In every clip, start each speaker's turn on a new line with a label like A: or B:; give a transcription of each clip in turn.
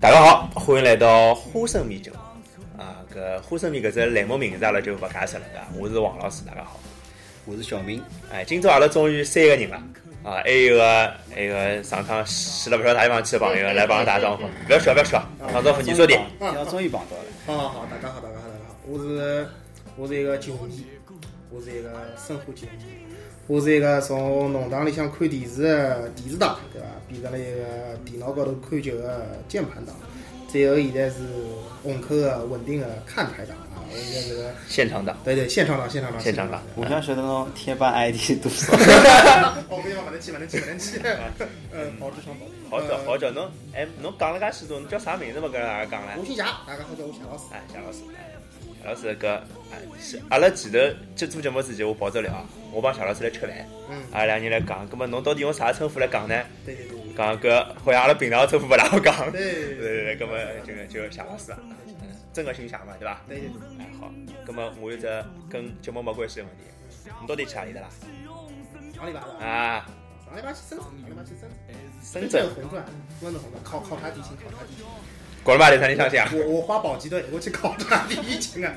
A: 大家好，欢迎来到花生米节目啊！搿花生米搿只栏目名字阿拉就勿解释了，对伐？我是王老师，大家好。
B: 我是小明，
A: 哎，今朝阿拉终于三个人了啊！还有个还有个上趟去了勿晓得啥地方去的朋友来帮阿拉打招呼，勿要笑勿要笑，打招呼你说点。
B: 今朝终于碰到了。
C: 好好好，大家好，大家好，大家好，我是我是一个球迷，我是一个申花球迷，我是一个从弄堂里向看电视的电视党，对伐？变成了一个电脑高头看球的键盘党，最后现在是虹口的稳定的看台党啊！我现在是个
A: 现场打，
C: 对对现场党，现场党，
A: 现场党
B: 我想晓得侬贴吧 ID 多少？
C: 我跟你讲，勿能去，勿能去，勿能去。嗯，保持上保持。
A: 好叫好叫侬哎，侬讲了介许多，侬叫啥名字嘛？跟阿拉讲
C: 我
A: 唻？
C: 姓谢，大家好，叫我谢老师。
A: 哎，夏老师，哎夏老师搿哎是阿拉前头接做节目之前，我跑着聊，我帮夏老师来吃饭，
C: 嗯，
A: 阿拉啊两人来讲，葛末侬到底用啥称呼来讲呢？
C: 对对对
A: 讲搿好像阿拉平常称呼勿大好讲。对
C: 对
A: 对对，搿么这个就夏老师啊，嗯真个姓夏嘛，对伐？
C: 对对对。
A: 哎好，搿么我有只跟节目没关系的问题，你到底去何里搭啦？
C: 上礼拜吧，
A: 啊，
C: 上礼拜去深圳，上礼拜去深
A: 深
C: 圳。
A: 圳，
C: 红钻，温的红钻，考考察地勤，考察地勤。
A: 搞了嘛？来啥？你相信啊？
C: 我我花保级队，我去考察地勤啊！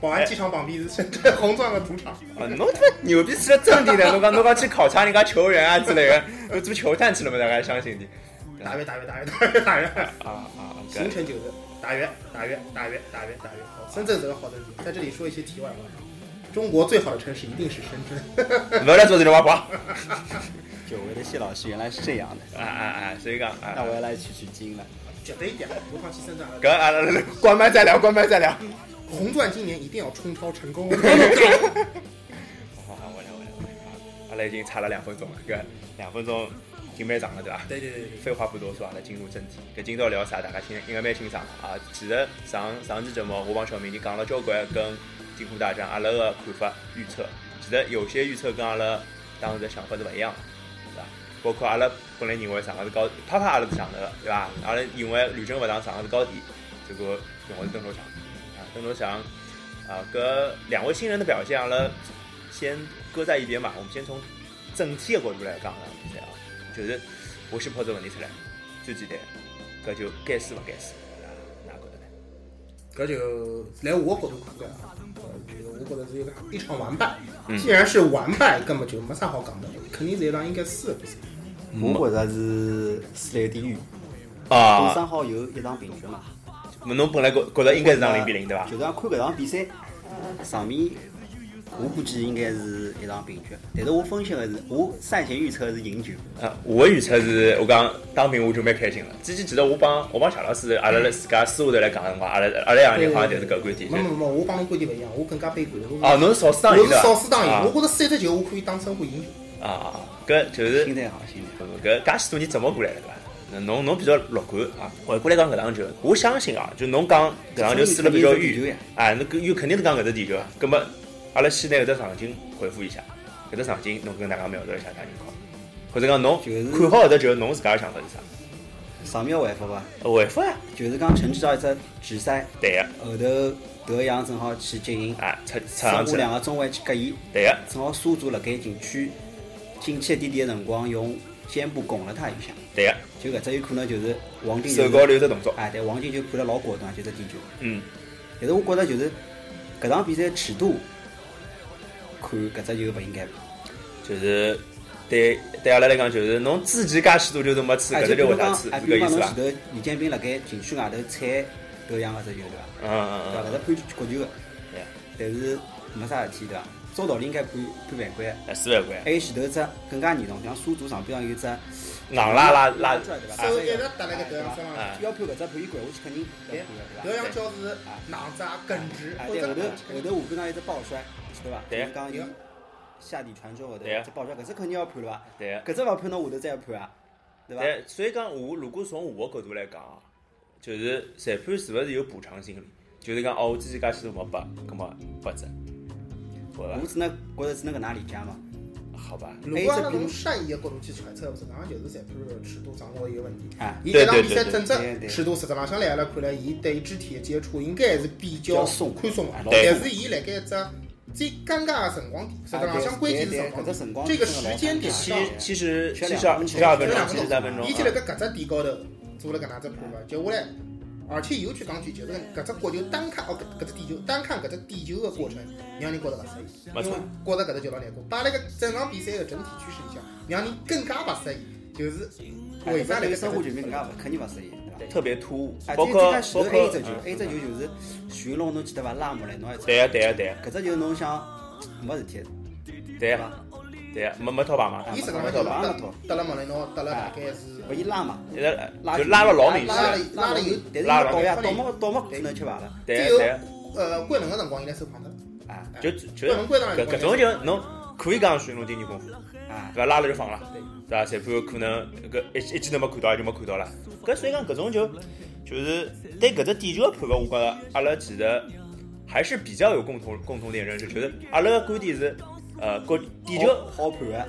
C: 宝安机场旁边是深圳红钻的主场。
A: 啊，侬他妈牛逼去了正地呢！侬讲侬讲去考察人家球员啊之类的，侬做球探去了嘛？大家相信你
C: 打越打越打越打越打越，
A: 啊啊！搿
C: 行程九日，打越打越打越打越打越。好深圳是个好城市，在这里说一些题外话。中国最好的城市一定是深圳。
A: 勿要来做这种挖矿。
B: 久违的谢老师原来是这样的，
A: 啊啊啊！所以讲
B: 那
A: 啊，
B: 我要来取取经了。
C: 绝对一点，我趟去深圳啊。
A: 搿啊，关麦再聊，关麦再聊。
C: 红钻今年一定要冲超成功。
A: 好好，我来我来我来啊！阿拉已经差了两分钟了，搿两分钟挺蛮长了，对伐？
C: 对对对对，
A: 废话不多说，阿拉进入正题。搿今朝聊啥？大家听应该蛮清爽的啊。其实上上期节目，我帮小明已经讲了交关跟金库大战阿拉个看法预测。其实有些预测跟阿拉当时的想法是勿一样的，对伐？包括阿拉本来认为上个是高，啪啪阿拉是上头个，对伐？阿拉认为吕征勿上上个是高点，结果用的是邓罗翔啊，邓罗翔啊，搿两位新人的表现，阿拉先搁在一边吧。我们先从整体的角度来讲搿场比赛啊，就是我先抛这个问题出来，最简单，搿就该死勿该死，啊，哪觉得呢？
C: 搿就来我角度看待啊，呃我觉得是一个一场完败
A: 嗯。
C: 既然是完败，根本就没啥好讲的，肯定是一场应该输的比赛。
B: 我觉着是四个地狱，东
A: 啊，
B: 三好有一场平局嘛，
A: 侬本来觉觉得应该是场零比零对伐
B: 就？是讲看搿场比赛，呃上面我估计应该是一场平局，但是我分析的是，我赛前预测是赢球，
A: 啊，我的预测是，我讲当兵我就蛮开心了。之前其实我帮我帮乔老师，阿拉辣自家私下头来讲的辰光，阿拉阿拉两个人好像就是搿观点。就
C: 没没
A: 是
C: 没，我帮侬观点勿一样，我更加悲观。我
A: 哦，侬是少四
C: 我
A: 当赢
C: 是
A: 的啊，
C: 少输当赢，我
A: 啊
C: 觉得三只球我可以当生活赢球。
A: 啊啊，搿就是
B: 心态好，心态好。
A: 搿介许多年怎么过来的对伐？那侬侬比较乐观啊，回过来讲搿场球，我相信啊，就侬讲搿场球输了比较冤，啊，侬搿有肯定是讲搿只地球啊。葛末阿拉先拿搿只场景回复一下，搿只场景侬跟大家描述一下啥情况，或者讲侬
B: 就是
A: 看好搿只球，侬自家的想法是啥？
B: 上面回复伐，
A: 呃回复啊，
B: 就是讲成绩到一只决赛，
A: 对个，
B: 后头德阳正好去接应，
A: 啊，插插
B: 上
A: 上去
B: 下
A: 了，
B: 两个中卫去隔伊，
A: 对个，
B: 正好苏祖辣盖禁区进去一点点辰光，用肩部拱了他一下，
A: 对个，
B: 就搿只有可能就是王静、就
A: 手
B: 是、
A: 高头有只动作，
B: 哎，对，王静就看了老果断，就只点球。
A: 嗯，
B: 但是我觉得就是搿场比赛尺度，看搿只球勿应该判，
A: 就是对对阿拉来讲，就是侬之前介许多球都没吹，
B: 哎，
A: 搿
B: 就
A: 只
B: 比
A: 球
B: 如
A: 会得
B: 讲，
A: 吹，
B: 哎，
A: 是
B: 比如
A: 搿意
B: 讲
A: 思
B: 侬
A: 伐
B: 前？头李建斌辣盖禁区外头踩德阳搿只球对伐？
A: 嗯嗯
B: 对
A: 嗯
B: 伐？搿只判角球个，
A: 对啊
B: 但是没啥事体对伐？照道理应该判判犯规。
A: 嗯，四万块，
B: 还有前头只更加严重，像苏祖上边上有只
A: 硬拉拉拉
B: 出来对伐？
A: 啊
C: 手一直搭辣盖德阳身
A: 啊
C: 上，
B: 要判搿只判伊拐下去肯定要判
C: 德
B: 个对伐？
C: 阳脚是脑子啊耿直，
B: 哎，
C: 或
B: 对，
C: 者
B: 后头后头下半场有只爆摔，对伐？
A: 对啊
B: 就是讲有下底传中后头
A: 对啊
B: 只爆摔，搿只肯定要判了伐？
A: 对个。
B: 搿只勿判，侬下头再判啊，对伐？
A: 但所以讲，我如果从我的角度来讲啊，就是裁判是勿是有补偿心理？就是讲哦，我之前介许多没拨，葛么拨只，对
B: 我
A: 伐？
B: 只能觉着只能搿能理解嘛。
A: 好吧，
C: 如果按照从善意的角度去揣测，实际上就是裁判尺度掌握的一个问题。
B: 啊，
C: 伊这场比赛
A: 对对对
C: 真
B: 对对
C: 正
B: 对
C: 尺度实质浪向来阿拉看来，伊对肢体的接触应该还是比
B: 比
C: 较
B: 较松
C: 宽松的
B: 哎，
A: 对
C: 但是伊辣盖一只最尴尬的辰光点，实
B: 啊
C: 质浪向关键是辰
B: 搿
C: 光
B: 只辰光
C: 这个时间点
A: 七
C: 上，
A: 七十
B: 缺
A: 七
B: 两
A: 十二
B: 分钟
A: 七十二分钟，七十
C: 缺两分钟
A: 三分钟
C: 伊就辣盖搿只点高头，做了搿能介只啊判
A: 嗯
C: 罚，接下来，而且又去讲句，就是搿只国球单看哦，搿搿只点球单看搿只点球个过程，让人觉着勿适意，因
A: 没
C: 为
A: 错
C: 觉着搿只球老难过。摆辣搿整场比赛个整体趋势里向，让人更加勿适意，就是为啥来
B: 哎对
C: 搿
B: 于
C: 只
B: 申花球
C: 球
B: 迷更加勿肯定勿适意，对伐？
A: 特别突兀
B: 啊，，
A: 包
B: 就
A: 括
B: 就讲
A: 包
B: 前头还有
A: 括
B: 一只球，，还有一只球就是徐云龙，侬记得伐？拉姆来，侬还记得
A: 对呀对呀对呀
B: 搿只球侬想没事体，
A: 对
B: 对
A: 呀
B: 伐？
A: 对呀，没没套牌嘛，
C: 伊实际上
A: 没
C: 就
A: 套
C: 得
A: 牌，
C: 了得了莫雷诺，得了大概是
B: 勿伊拉嘛，
A: 一直
B: 拉
A: 就拉了老明
C: 拉
A: 显，
C: 了拉了有
B: 但是
A: 拉
B: 拉
A: 了
B: 倒呀，
C: 有
B: 倒没倒没可能吃牌了，
A: 对呀
C: 最后
A: 对呀。
C: 呃关门个辰光，伊来收胖子了。
B: 啊
A: 就就
C: 不能怪他
A: 搿搿种就侬可以讲属于侬经济功夫，
B: 啊
A: 对，伐？拉了就放了，
B: 对
A: 对伐？裁判可能搿一一记头没看到，也就没看到了。搿所以讲搿种球就是对搿只点球的判罚，我觉着阿拉其实还是比较有共同共同点认识，就是阿拉个观点是，呃，搿点球
B: 好判个，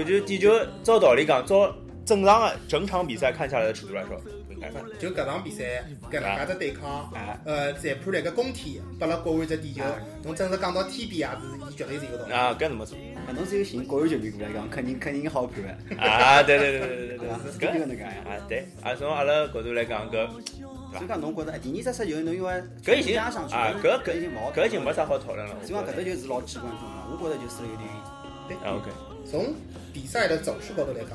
A: 搿就点球，照道理讲，照正常的整场比赛看下来的尺度来说，不应该犯。
C: 就搿场比赛搿能介只对抗
B: 啊，
C: 呃，裁判来个公天，拨拉国安只点球
A: 哎
B: 啊，
C: 侬真是讲到天边也是，伊绝对是有道理。
A: 啊，搿怎么 做？
B: 啊，侬只有寻国安球迷过来讲，肯定肯定好判个，
A: 啊，对对对对对
B: 对伐？是
A: 对，
B: 搿能
A: 搿
B: 介呀。
A: 啊对，啊从阿拉角度来讲搿。
B: 所以讲侬觉着，哎第二只失球侬因为
A: 搿已经
B: 加上去
A: 啊，
B: 搿
A: 搿
B: 搿已
A: 搿
B: 经勿好，
A: 搿已经没。啥好讨论了。
B: 所以讲搿只球是老至关重要，我觉着就是有点
C: 对，
A: 啊 OK，
C: 从比赛的走势高头来讲，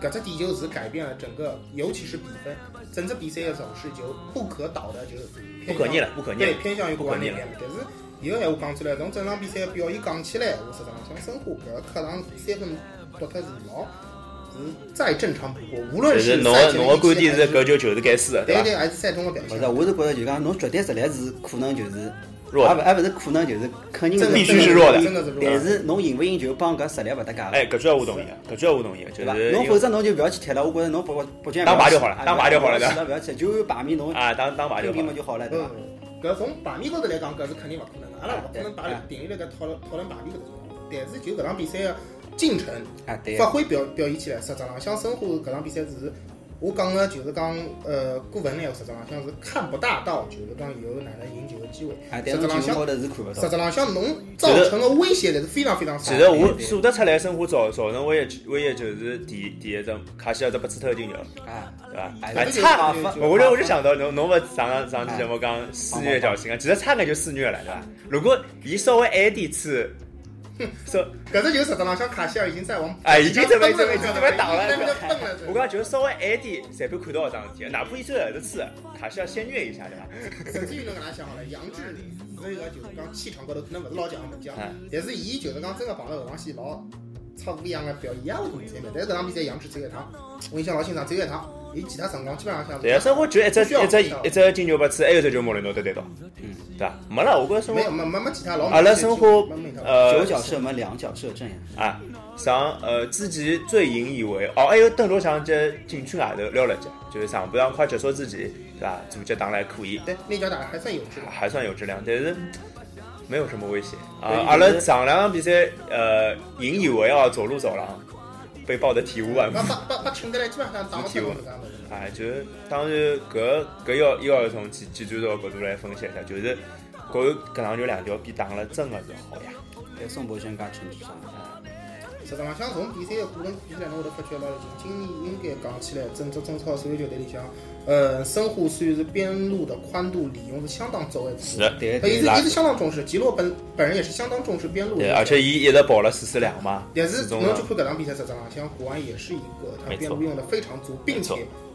C: 搿只点球是改变了整个，尤其是比分，整只比赛的走势就不可倒的，就是
A: 不
C: 偏向
A: 可逆了不可逆了
C: 对，偏向于国安那
A: 不可
C: 边了。但是有闲话讲出来，从整场比赛的表现讲起来，我实际上像申花搿个客场三分夺脱是老。是再正常不过，
A: 就
C: 无 论
A: 是
C: 是
A: 侬
C: 赛
A: 的
C: 前
A: 侬
C: 的
A: 的
C: 预期
A: 观点是
C: 还
A: 搿球就是该输的，
C: 对
A: 伐？
C: 对，还是赛中的表
B: 勿
C: 现
B: 是，。我是觉着就讲侬绝对实力是可能就是
A: 弱
B: 也
A: 的
B: 勿也勿是可能就是肯定
C: 真的
A: 必须是弱的
C: 真的是弱的。
B: 但是侬赢勿赢球帮搿实力勿搭界
A: 哎，
B: 个，
A: 搿句话我同意，搿句话我同意，就
B: 对伐？
A: 是
B: 侬
A: 因
B: 否
A: 为
B: 则侬就勿要去踢了，我觉着侬不不讲
A: 当牌就好了
B: 啊
A: 当牌就好了对吧
B: 勿要去，就有排名侬
A: 啊，当当排就
B: 拼拼
A: 好
B: 嘛。就好了，对伐？
C: 不，搿从排名高头来讲，搿是肯定勿可能的。阿拉勿可能把定义了搿讨论讨论排名搿种。但是就搿场比赛个进程
B: 啊对
C: 发挥表表现起来，实质浪向申花搿场比赛是，我讲个就是讲呃过分呢，实质浪向是看不大到，就是讲有哪能赢球个机会。
B: 啊，但
C: 实
B: 是
C: 质浪
B: 进攻
C: 向
B: 高头是看勿
C: 实
B: 到，
C: 质浪向侬造成个威胁力是非常非常少
A: 其
C: 的。
A: 实我数得出来，申花造造成威胁威胁就是第第一只卡西奥只不刺头进球，
B: 啊，
A: 对伐？
B: 哎
A: 啊，
C: 这个
A: 差。
C: 就哎
A: 我就我就想到侬侬勿上上期节目讲肆虐侥幸啊，其实差眼就肆虐了，对伐？如果伊稍微晚点 次，稍
C: 搿只球实质浪向卡西尔已经在往
A: 哎已经准备准备
C: 已经
A: 准备打了
C: 已经在那边蹬了。
A: 我讲就是稍微晚点，裁判看到搿桩事体，哪怕伊最后头次，卡西要先虐一下，对伐？
C: 甚至于侬搿能想好了，杨志是一个就是讲气场高头可能勿是老强的门将
A: 哎，
C: 但是伊就是讲真个碰到后防线老出乎意料个啊表现，伊也会比赛嘛。但是搿场比赛杨志只有一趟，我印象老清爽，只有一趟，伊其他辰光基本上像
A: 对啊，生活就一只
C: 需要
A: 一只
C: 需要
A: 一只金牛八次，还有一只就是莫雷诺得对到，
B: 嗯
A: 对伐？没了，我觉着生
C: 没
A: 活
C: 没没没其他老
A: 阿拉申花
C: 没没他
A: 呃
B: 九脚射门，两脚射正呀，
A: 啊上呃之前最引以为哦，还有邓卓强这禁区外头撩了一脚，就是上半场快结束之前，对伐？组织打了还可以，
C: 对那脚打得还算有质量。
A: 还算有质量，但是没有什么威胁啊
B: 对。
A: 阿拉
B: 就是
A: 上两场比赛呃引以为傲，走路走廊被爆得体无完肤
C: 那。把把把请得来，基本上打勿出搿能介物事。
A: 啊，就是当然搿搿要又要从技技战术角度来分析一下，就是国安搿场球两条边打了真的是好呀，
B: 对宋博轩加陈志上，啊
C: 实际浪向从比赛个过程比起来，侬会得发觉老有劲。今年应该讲起来，整只中超所有球队里向，呃，申花虽然是边路的宽度利用是相当足个。
A: 是
B: 对
C: 呃，
B: 对
C: 一直一直相当重视，吉洛本本人也是相当重视边路的。
A: 对，而且伊一直跑了四四两嘛，
C: 但是
A: 始终
C: 侬
A: 呢
C: 去看搿场比赛实际浪向国安也是一个他边路
A: 没
C: 用的非常足，并
A: 没
C: 且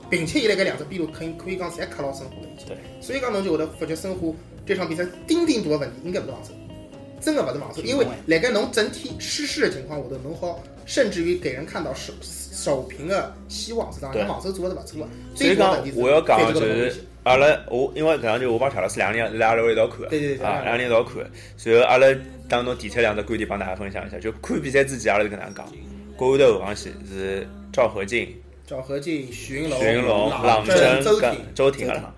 C: 并且伊辣搿两只边路可以可以讲侪克牢申花了已经。
A: 对，
C: 所以讲侬就会得发觉申花这场比赛顶顶大的问题应该勿是防守，真的勿是防守，因为辣盖侬整体失势的情况下头，侬好甚至于给人看到首首平的希望，实际浪
A: 对
C: 向防守做的是勿错的。
A: 所以
C: 最大的
A: 讲
C: 问题是
A: 我要讲的
C: 对这
A: 就
C: 个问题
A: 是阿拉我因为搿场球我帮乔老师两个人是辣阿拉屋一道看的，
C: 对对对
A: 啊，两个人一道看的，然后阿拉当中提出两只观点帮大家分享一下，就看比赛之前阿拉是搿能讲，国安的后防线是赵和进、
C: 赵和进、徐云龙、
A: 徐云龙、
C: 朗
A: 朗真
C: 周
A: 跟
C: 挺、
A: 周挺
C: 周
A: 啊，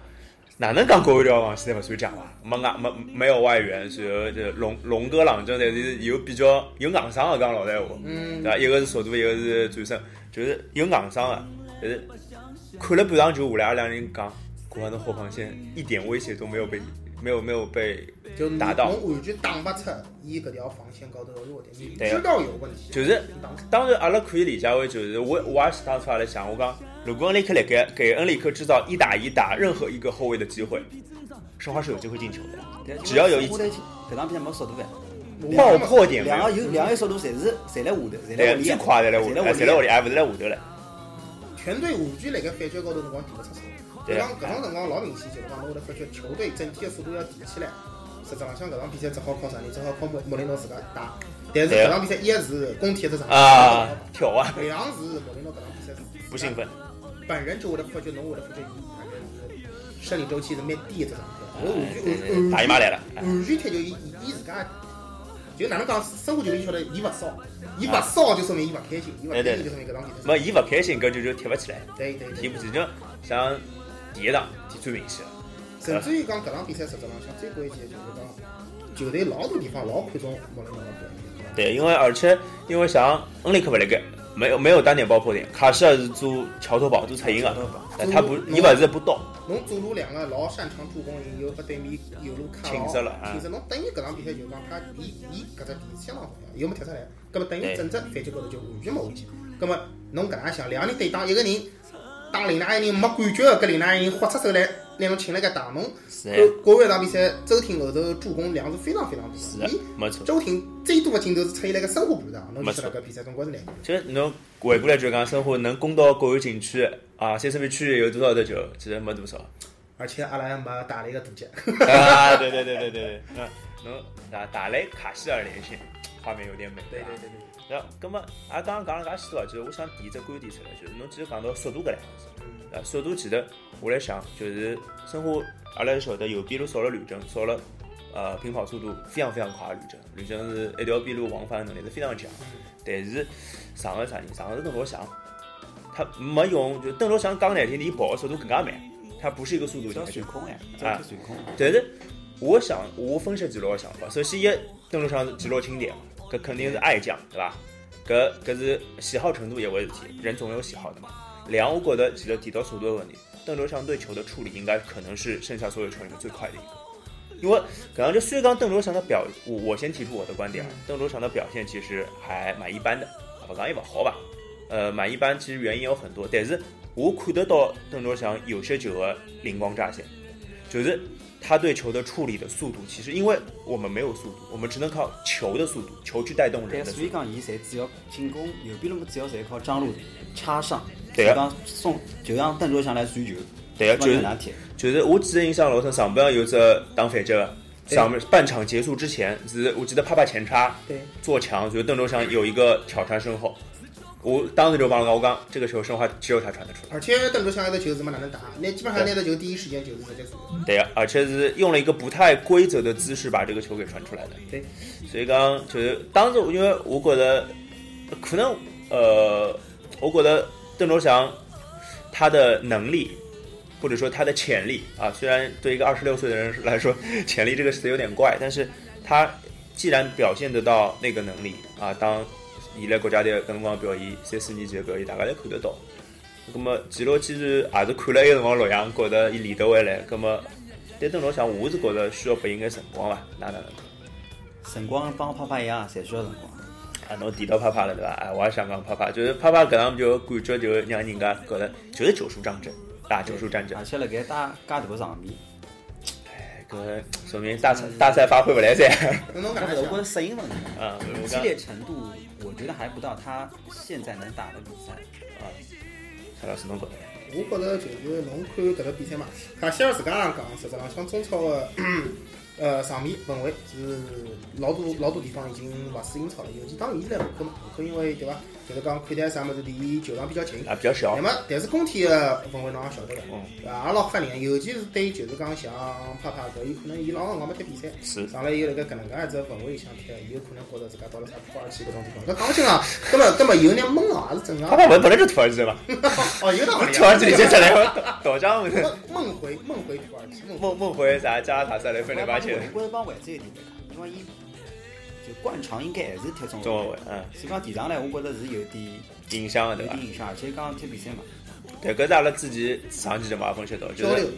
A: 哪能讲国安条防线勿算强伐？没外没没有外援，然后这龙龙哥、朗真侪是有比较有硬伤的，讲老实闲话，
C: 嗯
A: 对，伐？一个是速度，一个是转身，就是有硬伤的。但是看了半场球下来，阿拉两人讲，国安的后防线一点威胁都没有被没有没有被
C: 就侬
A: 达到
C: 侬完全打不出伊搿条防线高头的弱点，你
A: 对啊
C: 知道有问题，
A: 就是
C: 打不出
A: 当然，阿拉可以理解为就是我我也是当初阿拉想，我讲如果恩里克来给给恩里克制造一打一打任何一个后卫的机会，申花是有机会进球的。
B: 对
A: 只要有一
B: 我来去搿场比赛没速度哎，
A: 爆破点
B: 两个
A: 位，
B: 有两个速度，侪是侪来下头，侪来
A: 对，
B: 屋里
A: 最
B: 啊，
A: 快的来我，
B: 侪
A: 哎
B: 来
A: 侪来
B: 屋
A: 我
B: 里
A: 里，
B: 啊。
A: 还不是来下头了。
C: 全队无惧辣盖反击高头辰光提勿出手。
A: 对啊
C: 搿场搿场辰光老明显，就是讲侬会得发觉球队整体的速度要提起来。实质浪向搿场比赛只好靠啥呢？只好靠莫莫雷诺自家打。但是
A: 对
C: 搿场比赛一是工体一只场，
A: 啊，跳啊，
C: 两是莫雷诺搿场比赛是
A: 不兴奋。
C: 本人就会得发觉，侬会得发觉伊反正是生理周期是蛮低的只状态。我完
A: 哎对
C: 全
A: 对
C: 完
A: 大姨妈来了，哎
C: 完全踢球，伊伊伊自家就哪能讲，生活球迷晓得伊勿骚，伊勿骚就说明伊勿开心，伊勿开心就说明搿场比赛。
A: 没伊勿开心，搿就就踢勿起来，
C: 对对
A: 踢
C: 对
A: 不。起就像第一场踢最明显了。
C: 甚至于讲搿场比赛实质浪向最关键的就是讲球队老多地方老看重莫雷诺的表现。
A: 对，因为而且因为像恩里克勿来盖，没有没有单点爆破点，卡希尔是做桥头堡做策应
B: 桥头
A: 的
B: 堡，
A: 但他不伊勿是不动，
C: 侬左路两个老擅长助攻型，又和对面右路卡
A: 侵蚀了啊
C: 侵蚀侬等于搿场比赛就是讲他伊伊搿只点相当重要，又没踢出来，搿么等于
A: 对
C: 整只反击高头就完全没下去。搿么侬搿能想，两个人对打一个人打另外一个人没感觉的，搿另外一个人豁出手来拿侬请了个打侬。
A: 是的
C: 国国外场比赛，周婷后头助攻量是非常非常
A: 是
C: 多
A: 的
C: 的。伊，
A: 没错。
C: 周婷最多的镜头是出现了个生活盘上，侬
A: 没错
C: 就晓得搿比赛中国是难看。
A: 其实侬回过来就讲，申花能攻到国有景区啊，三十米区有多少得球？其实没多少。
C: 而且阿拉还没打了一个赌局，
A: 啊，对对对对对对，嗯，侬打打来卡希尔连线，画面有点美。吧
C: 对对。
A: 然后，那么俺刚刚讲了介许多啊，就是我想提一只观点出来，就是侬其实讲到速度搿两个字，呃，速度其实我来想，就是申花阿拉晓得右边路少了吕征，少了呃拼跑速度非常非常快的吕征，吕征是一条边路往返的能力是非常强，但是上个啥人，上个是邓罗翔，他没用，就邓罗翔讲难听点，伊跑的速度更加慢，他不是一个速度型
B: 叫
A: 的球
B: 悬
A: 员。
B: 空哎，
A: 啊
B: 叫悬空。
A: 但是我想，我分析记录的想法，首先一登陆上记录清点，搿肯定是爱将，对伐？搿搿是喜好程度一回事体，人总有喜好的嘛。两，我觉得其实提到速度的问题，邓罗翔对球的处理应该可能是剩下所有球员里面最快的一个。因为可能就虽然刚邓罗翔的表，我我先提出我的观点啊，邓罗翔的表现其实还蛮一般的，勿讲也勿好吧。呃，蛮一般，其实原因有很多，但是我看得到邓罗翔有些球的灵光乍现，就是他对球的处理的速度，其实因为我们没有速度，我们只能靠球的速度，球去带动人
B: 对，
A: 的速
B: 所以
A: 度。
B: 讲伊侪只要进攻右边路，只要侪靠张路插上，
A: 对
B: 就
A: 啊
B: 讲送，就让邓卓翔来传球，
A: 对啊
B: 帮
A: 就是
B: 人拿铁。
A: 就是我记得印象老深，上半有只打反击的，上半场结束之前是我记得啪啪前插
C: 对，
A: 做墙，就是邓卓翔有一个挑传身后，我当时就帮了我讲，这个时候申花只有他传得出来。
C: 而且邓卓翔埃只球是没哪能打，那基本上那只球第一时间就是直接传。
A: 对啊，而且是用了一个不太规则的姿势把这个球给传出来的。
C: 对，
A: 所以讲就是当时我因为我觉得可能呃，我觉得邓卓翔他的能力或者说他的潜力啊，虽然对一个二十六岁的人来说，潜力这个词有点怪，但是他既然表现得到那个能力啊，当伊拉国家队的辰光表现，三四年级的表现，大家侪看得到。那么前头其实也是看了一个辰光洛阳，觉得伊里头回来，那么对邓罗翔，我是觉得需要拨应该辰光伐，哪哪能看？
B: 辰光帮啪啪一样，侪需要辰光。
A: 啊，侬提到啪啪了对伐？哎，我也想讲啪啪，就是啪啪搿场就感觉就让人家觉得就是九叔战争，打九叔战争
B: 而，且辣盖打介大个场面，
A: 哎搿个说明大赛大赛发挥勿来噻。
C: 那侬搿
B: 但
C: 能
B: 是我觉
C: 想
B: 得？适应问题，
A: 啊，我
B: 激
A: 讲
B: 烈程度我觉得还不到他现在能打的比赛。
A: 啊，蔡老师侬觉得呢？
C: 我觉着就是侬看搿个比赛嘛，卡希尔自家也讲，实质浪向中超的呃场面氛围是老多老多地方已经勿适应超了，尤其当伊来湖口嘛，湖口因为对伐，就是讲看待啥物事离球场比较近。
A: 啊，比较少
C: 那。么，但是工体呃的氛围侬也晓得个，
A: 嗯
C: 对伐？也老吓人，尤其是对于就是讲像帕帕搿，伊可能伊老辰光没踢比赛，
A: 是
C: 上来以后辣盖搿能介一只氛围里向踢，伊有可能觉着自家到了啥土耳其搿种地方。搿讲不清啊，搿么搿么有眼懵啊，也是正常
A: 啪。啪本本来就土耳其嘛，
C: 哦，有道理啊。
A: 土耳其直接出来 倒倒账，
C: 梦梦回梦回土耳其，梦
A: 梦梦回啥加拉塔赛雷
B: 我
A: 分来
B: 觉帮
A: 把
B: 我
A: 钱。
B: 我觉得帮万这一点来看，因为伊就惯常应该还是踢中
A: 中
B: 后
A: 后
B: 卫
A: 卫，，嗯，
B: 所以讲提上来我觉得是有点
A: 影响的对
B: 有
A: 伐
B: 点？影响，而且刚刚踢比赛嘛，
A: 对，搿是阿拉之前上期节目也分析到，就
C: 交
A: 是
C: 流。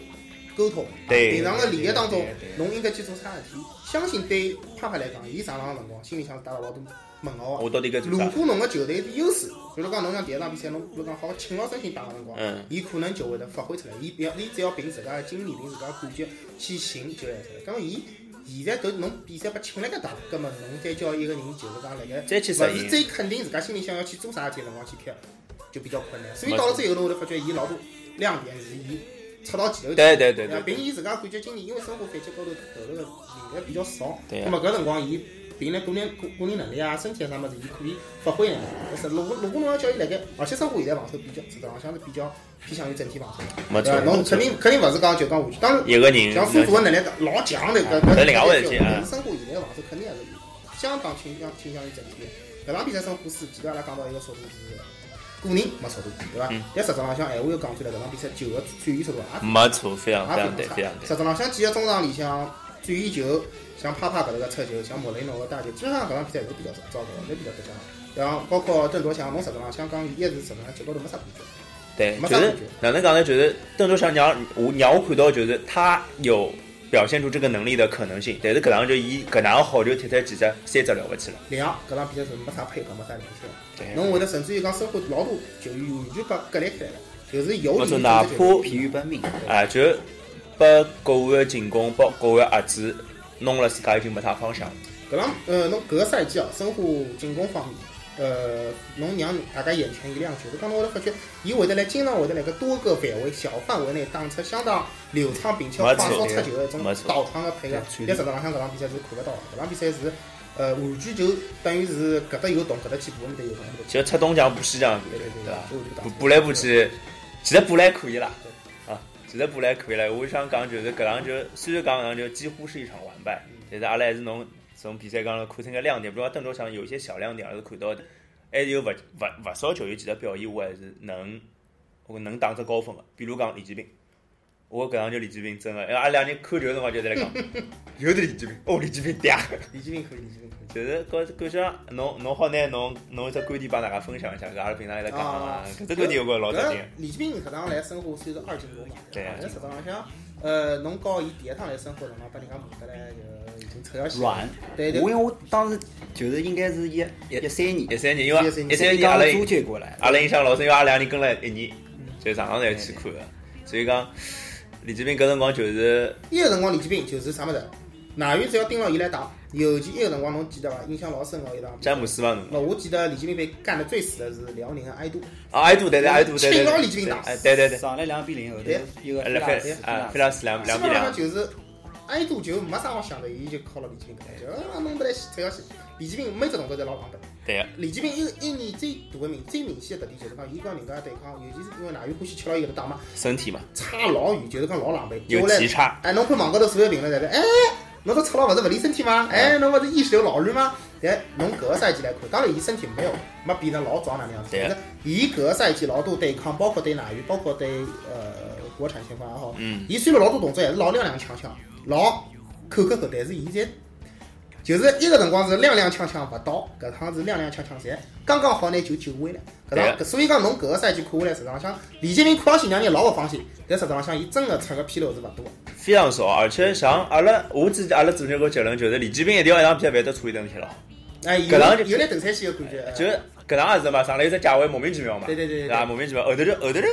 C: 沟通，
A: 对
C: 平常的理解当中
D: 对对，
C: 侬应该去做啥事体，相信对帕帕来讲，伊上场的辰光心里向打了老多问号啊
A: 我。到底该做
C: 如
A: 啥？
C: 果侬个球队是优势，比如讲侬像第一场比赛，侬比如讲好好请牢身心打个辰光
A: 嗯，
C: 伊可能就会得发挥出来。伊不要，伊只要凭自家个经历，凭自家个感觉去寻就来出来。葛么伊现在都侬比赛把请来个打，葛么侬再叫一个人就是讲辣盖，
A: 再去适
C: 勿是
A: 应，
C: 最肯定自家心里想要去做啥事体的辰光去踢，就比较困难。所以到了最后头，我就发觉伊老多亮点是伊出到前头去。
A: 对对对
C: 啊
A: 对，
C: 并
A: 对
C: 伊自家感觉今年因为生活反击高头投入的人员比较少，
A: 对啊
C: 那么搿辰光伊凭呢个人个个人能力啊、身体啊啥物事，伊可以发挥能力。但是如果如果侬要叫伊辣盖，而且生活现在防守比较，指导浪向是比较偏向于整体防守的，
A: 没
C: 对
A: 错
C: 伐？，侬
A: 没错
C: 肯定肯定勿是讲就讲下去，当然
A: 一个人
C: 像苏佐的能力老强的，搿
A: 搿
C: 搿
A: 另外回事体啊
C: 但是申花现在防守肯定还是相当倾向倾向于整体的。搿场比赛申花输，其实阿拉讲到一个速度是个人没速度，对伐
A: 嗯？
C: 但实质浪向闲话又讲出来，搿场比赛球个转移速度也
A: 没错，非啊常非常
C: 也
A: 对，非
C: 非
A: 常
C: 常差。
A: 对，
C: 实质浪向几个中场里向转移球，像帕帕搿头个出球，像莫雷诺个带球，基本上搿场比赛侪比较糟糕，侪比较不佳。像包括郑卓翔，侬实质浪向讲伊一是实质上结果头没啥感觉。
A: 对，
C: 没
A: 就
C: 啥
A: 是
C: 感觉
A: 哪能讲呢？就是邓卓翔让我让我看到，就是他有表现出这个能力的可能性，但是搿场就伊搿能好球踢出来几只，三只了不起了。
C: 两搿场比赛是没啥配合，没啥联系。
A: 对
C: 侬会得甚至于讲生活老多球员完全把隔离开来了，就是有
A: 没错
C: 理
A: 哪
C: 就
A: 怕
C: 是
B: 疲于奔命，
A: 啊，就是把国安的进攻，把国安的压制，弄了自家已经没啥方向了。
C: 搿场呃，侬搿个赛季哦，申花进攻方面，呃，侬让大家眼前一亮，就是讲侬会得发觉，伊会得来经常会得来个多个范围、小范围内打出相当流畅并且
A: 没
C: 快
A: 错
C: 速出球的一种
A: 没错
C: 导航的配合
B: 对。
C: 但实际浪向搿场比赛是看勿到的，搿场比赛是呃完全就等于是搿搭有洞，搿搭去补，搿搭有洞，搿搭去
A: 就出东墙补西墙，
C: 补，对对
A: 对
C: 对
A: 吧，？
C: 就就打
A: 补补来补去，其实补来可以啦，啊，其实补来可以了。我想讲就是搿场球，虽然讲搿场球几乎是一场完败，但是阿拉还是能从比赛当中看出个亮点，比如讲邓卓翔有一些小亮点还是看到的，还是有勿勿勿少球员其实表现我还是能我能打出高分个，比如讲李继斌。我搿场球李继斌真个，因为阿拉两人看球的辰光就在来讲， 又是李继斌，哦李继斌嗲，
C: 李继明可以，李继明可以。
A: 就是感感觉侬侬好拿侬侬一只观点帮大家分享一下，搿阿拉平常还在讲啊
C: 啊，
A: 搿只观点我觉着老啊得劲
C: 搿。李继明搿趟来申花算是二进攻嘛，
A: 对啊
C: 但实际上像呃，侬告伊第一趟来申花辰光，把人家骂得来就已经扯下线了。
B: 软。
C: 对对
B: 我因为我当时就是应该是一一三年，
A: 一三年，因为
C: 一三
A: 一
C: 年
A: 三
B: 一
A: 年阿
B: 刚
A: 拉
B: 租借过来，
A: 阿拉印象老深，因为阿拉两人跟了一年，所以常常侪去看个。所以讲，李继斌搿辰光就是
C: 伊个辰光李继斌就是啥物事，外援只要盯牢伊来打，尤其伊个辰光侬记得伐？印象老深个一场比赛。
A: 詹姆斯嘛，侬
C: 那我记得李继斌被干得最死的是辽宁的埃杜，
A: 啊，埃杜对对埃杜对对
C: 青岛
A: 对，
C: 李继斌打
A: 哎对对对，
B: 上来两比零，后头
C: 对
B: 一个
A: 阿拉菲
B: 菲拉斯
A: 啊菲拉斯两
C: 基
A: 两比
C: 本
A: 两
C: 上，就是埃杜就没啥好想的，伊就靠了李继斌搿搭，就啊弄得来扯下去。李继斌每只动作侪老戆的。
A: 对个，
C: 李继斌一一年最大的明最明显的特点就是讲，伊跟人家对抗，尤其是因为外援欢喜吃牢伊搿搭打嘛，
A: 身体嘛
C: 差老远，就是讲老狼狈。
A: 有
C: 接下来
A: 奇差，
C: 哎，侬看网高头所有评论在讲，哎，侬这操劳勿是勿理身体吗？哎，
A: 嗯
C: 侬勿是意识流老乱吗？但侬搿个赛季来看，当然伊身体没有没变得老壮哪能样子，
A: 对啊
C: 但是伊搿个赛季老多对抗，包括对外援，包括对呃国产前锋也好，
A: 嗯，
C: 伊虽然老多动作还是老踉踉跄跄，老口口口，但是伊侪就是一个辰光是踉踉跄跄勿到，搿趟是踉踉跄跄侪刚刚好拿球救回来。搿
A: 对
C: 趟搿所以讲侬搿个赛季看下来，实际浪向李建明看上去让人老勿放心，但实际浪向伊真个出个纰漏是勿多的。
A: 非常少。而且像阿拉我自己阿拉做那个结论就是，李继斌一定要一场比赛办得出一顿踢了。
C: 哎，有
A: 搿趟就
C: 有点头彩戏的感觉，哎啊
A: 就是啊搿趟也是嘛，上来一只价位莫名其妙嘛，
C: 对对对对
A: 伐？莫名其妙，后头就后头就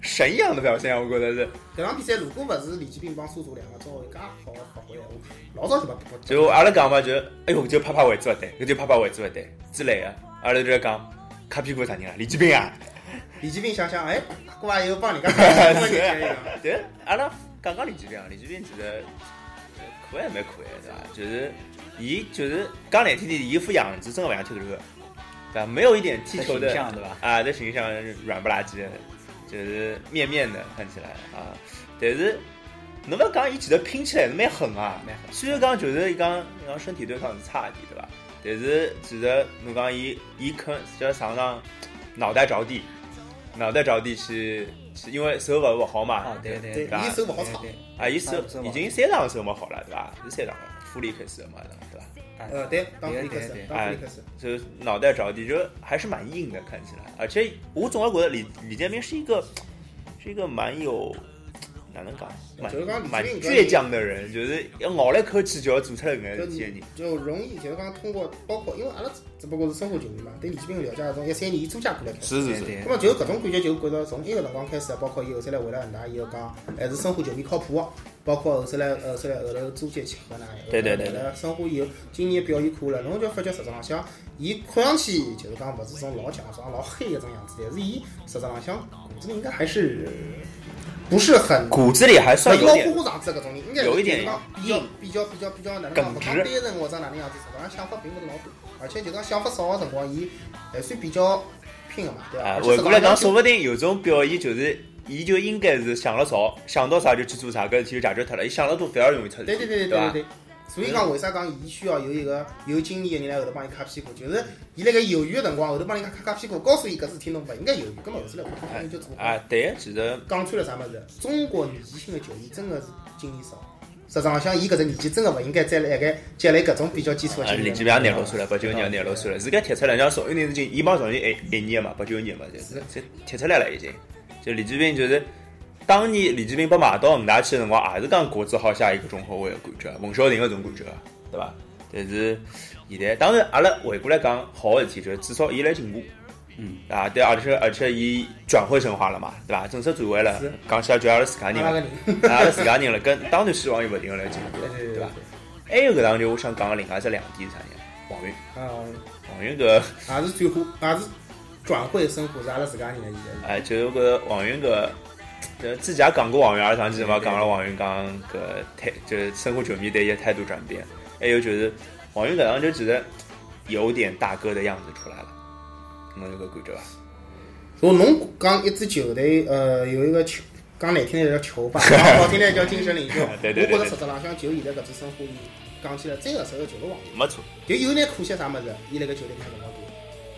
A: 神一样的表现，我觉得是。
C: 搿场比赛如果勿是李建斌帮苏祖两个遭介好的发挥，闲话，老早就勿不
A: 就阿拉讲嘛，就哎哟，就啪啪位置勿对，搿就啪啪位置勿对之类的。阿拉就在讲卡屁股啥人啊？李继斌啊，
C: 李建斌想想，哎，哥也有帮人家打过一样。
A: 对，阿拉讲讲李继斌啊，李继斌其实呃可爱蛮可爱的，对伐？就是伊就是讲难听点，伊副样子真个勿像踢球的，啊对伐？没有一点踢
B: 的
A: 球
B: 形
A: 的
B: 象对吧？
A: 啊，这形象软不拉几的，就是面面的看起来啊。但是侬勿讲伊其实拼起来是蛮狠啊，
B: 蛮狠
A: 虽然讲就是伊讲伊讲身体对抗是差一点，对伐？但是其实侬讲伊伊肯在场上脑袋着地，脑袋着地去，去因为手勿勿好嘛，
B: 啊对对
C: 对，
A: 吧
C: 伊手勿好操。
B: 对
A: 啊，伊手
B: 手手勿好
A: 已经三场手没好了，对伐？是三场了，弗里克斯嘛，对伐？啊
C: 呃，对，当弗
B: 对
C: 里克
B: 对
C: 斯
B: 对，，
C: 当弗里克斯。
A: 就是脑袋着地，就还是蛮硬的，看起来。而且我总要觉得李李建明是一个是一个蛮有，哪能讲？蛮
C: 就是讲
A: 蛮
C: 理性
A: 倔强的人，就是一咬了一口气就要做出来搿能
C: 就
A: 事体的人。
C: 就容易就是讲通过包括因为阿拉只不过是生活经历嘛，对李建斌的了解从一三年伊参加过来开始。
A: 是是
B: 对
A: 是，
B: 对
C: 那么就搿种感觉，就觉着从埃个辰光开始，包括伊后头来回来恒大以后讲，还是申花球迷靠谱个，包括后头来后头来呃后头租借契合呢，
A: 对对对对
C: 来申花以后，今年表现可了，侬就发觉实质浪向，伊看上去就是讲勿是种老强壮、老黑搿种样子，但是伊实质浪向骨子里应该还是不是很。
A: 骨子里还算有
C: 老
A: 点
C: 花花肠子搿种人，应该
A: 有一点
C: 比较比较比较比较哪能讲，勿
A: 耿
C: 讲
A: 直
C: 单纯或者哪能样子，实际上想法并勿是老多，而且就讲想法少个辰光，伊还算比较拼个嘛，对伐？
A: 啊
C: 而。且
A: 回
C: 实
A: 过
C: 际
A: 来
C: 上
A: 讲，
C: 就
A: 说不定有种表现就是，伊就应该是想了少，想到啥就去做啥，搿事体就解决脱了。伊想了多反而容易出事体，
C: 对对对对
A: 伐
C: 对？对。所以
A: 嗯
C: 讲，为啥讲伊需要有一个有经验的人来后头帮伊揩屁股？就是伊辣盖犹豫的辰光，后头帮人家揩揩屁股，告诉伊搿事体侬勿应该犹豫，搿么后头来我就做。
A: 啊，对，其实
C: 讲穿了啥物事？中国年轻的球员真的是经验少。实际上，像伊搿只年纪，真的勿应该再辣盖积累搿种比较基础
A: 啊，
C: 的经验。
A: 年纪比较廿六岁了，八九年廿六岁了，自家踢出来，像邵云林是进，伊帮邵云林一一年嘛，八九年嘛，就是这踢出来了已经。就李志斌就是当年李志斌被买到恒大去的辰光，也是讲国字号下一个中后卫的感觉，冯潇霆搿种感觉，对伐？但是现在，当然阿拉回过来讲好个事体，就是至少伊来进步。
B: 嗯，
A: 啊，对，而且而且伊转会申花了嘛，对伐？正式转会了
C: 是，
A: 讲起来就阿拉自家人
C: 阿拉
A: 了
C: 个人，
A: 阿拉自家人了，跟当然希望伊勿停个来进步，
C: 对对
A: 对
C: 对
A: 伐？还有搿档就我想讲个另外只亮点是啥呢？黄云，
C: 啊，
A: 黄云搿
C: 也是转化，也是转会生活是阿拉自家人的现在。
A: 哎，就是我觉得黄云搿，呃，自家讲过黄云，阿拉上期嘛讲了黄云讲搿态，就是生活球迷对伊的态度转变，还有就是黄云搿样就其实有点大哥的样子出来了，侬有搿感觉伐？
C: 如果侬讲一支球队，呃，有一个球，讲难听点叫球
A: 。
C: 霸，讲好听点叫精神领袖
A: 对对对对
C: 我觉着实质浪向就现在搿支申花，伊讲起来真个是个球王，
A: 没错，
C: 就有眼可惜啥物事，伊辣盖球队里向辰光短，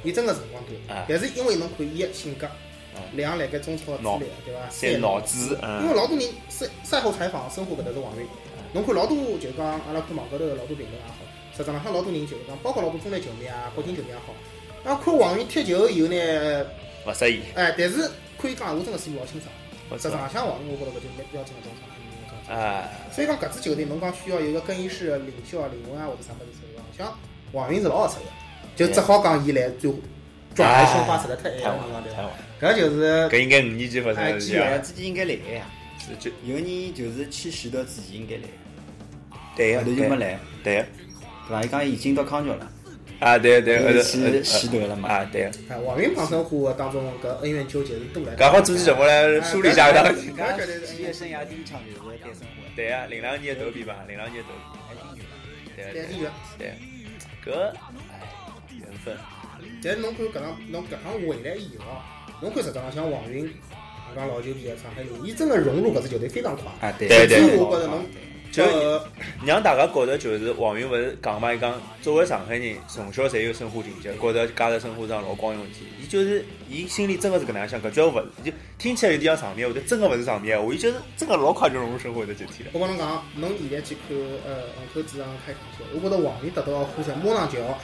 C: 伊真个辰光
A: 啊
C: 短。但是因为侬看伊个性格，两辣盖中超之
A: 脑
C: 类，对伐？
A: 三脑子，
C: 因为
A: 嗯，
C: 啊老啊多人赛赛后采访，生活搿搭是王云。侬看老多就是讲，阿拉看网高头老多评论也好，实际浪向老多人就是讲，包括老多中立球迷啊、北京球迷也好，啊，看王云踢球以后呢，
A: 勿适宜，
C: 哎，但是可以讲，我真的是老清爽。
A: 没
C: 实
A: 错
C: 际，上向王云，我觉着搿就蛮标准的中场。
A: 啊，
C: 所以讲搿支球队，侬讲需要有一个更衣室的领袖啊、灵魂啊，或者啥物事出来，像王云是老合适的，就只好讲伊来最后转来申花实在太
A: 哎太
C: 晚
A: 晚
C: 了，
A: 了，
C: 对
A: 太
C: 伐？
A: 晚了，
C: 搿就是
A: 搿应该五年级发生
B: 哎，
A: 的事
B: 机
A: 体
B: 会
A: 啊，
B: 自己应该来个呀。
A: 是就
B: 有人就是去前头之前应该来，
A: 对
B: 后
A: 个，
B: 头就
A: 对
B: 没
A: 个
B: 来，
A: 对个，
B: 对伐？伊讲已经到康桥了，
A: 啊，对个对个，
B: 就
A: 后头
B: 去前头了嘛。
A: 啊，对个，
C: 哎，王云帮申花当中搿恩怨纠结是多来。
A: 刚好主持节目来梳理一下搿档事体。
C: 搿绝对是
B: 职业生涯第一场就是带申花，
A: 对啊，零两年的德比嘛，零两年的德
B: 还挺远的。
A: 比，对啊
C: 对
A: 对
C: 对
A: 啊对啊，搿哎缘分，
C: 但是侬看搿趟，侬搿趟回来以后，啊侬看实际上像王云，我讲老球皮的上海人，伊真的融入搿支球队非常快。
B: 啊，对
A: 对对
C: 所以我觉得侬
A: 就
C: 呃
A: 让大家觉着就是王云勿是讲嘛，伊讲作为上海人，从小侪有申花情结，觉着家在申花上老光荣的事体。伊就是伊心里真的是搿能样想，搿句话勿就听起来有点像场面话，但真的勿是场面话，伊就是真的老快就融入生活的集体了。
C: 我跟侬讲，侬现在去看呃虹口主场开场秀，我觉得王云得到的呼声马上就要，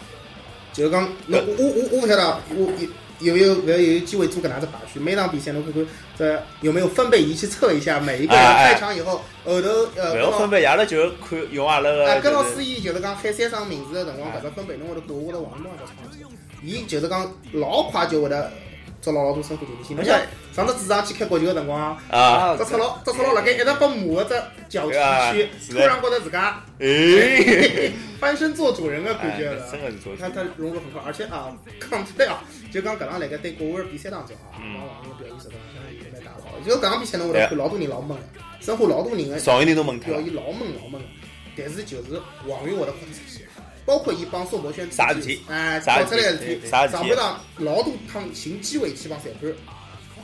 C: 就是讲侬我我我我勿晓得啊我有有没有有机会做搿能样子排序，每场比赛侬看看这有没有分贝仪去测一下每一个人
A: 哎哎
C: 开场以后后头呃
A: 勿
C: 跟
A: 要分
C: 牢
A: 贝，阿拉就看用阿拉
C: 哎
A: 个
C: 跟
A: 就
C: 牢
A: 是啊
C: 司仪就是讲喊三张名字的辰光，
A: 哎
C: 搿只分贝侬会得看，我觉得王云马上就冲上去了，伊就是讲老快就会得抓牢老多生活球迷心，侬
A: 哎
C: 像上次主场去看国球的辰光。
A: 啊，
C: 只赤佬，只赤佬辣盖一直被骂的只脚气区，突然觉得自家
A: 哎，
C: 翻身做主人啊的感觉
A: 真
C: 了。
A: 哎的是做
C: 你看他融入很快，而且啊，讲出来啊，就讲搿趟辣盖对国安比赛当中啊，
A: 嗯啊
C: 帮王龙表现实际上是蛮大好。就搿场比赛侬会得看老多人老闷的，生活老多人的啊
A: 上一年都问他
C: 表现老闷老闷的，但是就是王源会得豁得出去，包括伊帮宋博轩
A: 啥事体
C: 哎，
A: 啥
C: 搞
A: 事
C: 出
A: 体
C: 来的事体，
A: 啥事体
C: 上半场老多趟寻机会去帮裁判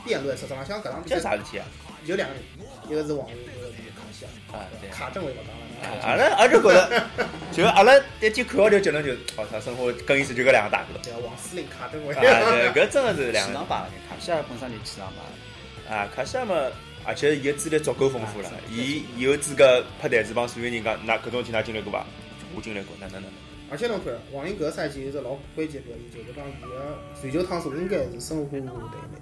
C: 辩论，实际上像搿场比
A: 叫
C: 赛
A: 啥事体啊？
C: 有两个人，一个是王源，一个是卡西亚。
A: 啊，对啊。
C: 卡正我也勿讲了。
A: 阿拉阿拉就觉得， 就阿拉一天看好就结论就是，哦，他生活更衣室就搿两个大哥。
C: 对，王司令卡正我
A: 啊，
C: 也。
A: 对，搿真的是
B: 气
A: 两个
B: 场罢了，卡西亚本身就气场罢了。
A: 啊，卡西亚嘛，而且伊个资历足够丰富了，伊伊有资格拍台子帮所有人讲，㑚搿种事体㑚经历过伐？我经历过，哪能哪能？
C: 而且侬看，王琳搿赛季有只老关键表现，就是讲伊个传球趟数应该是申花队内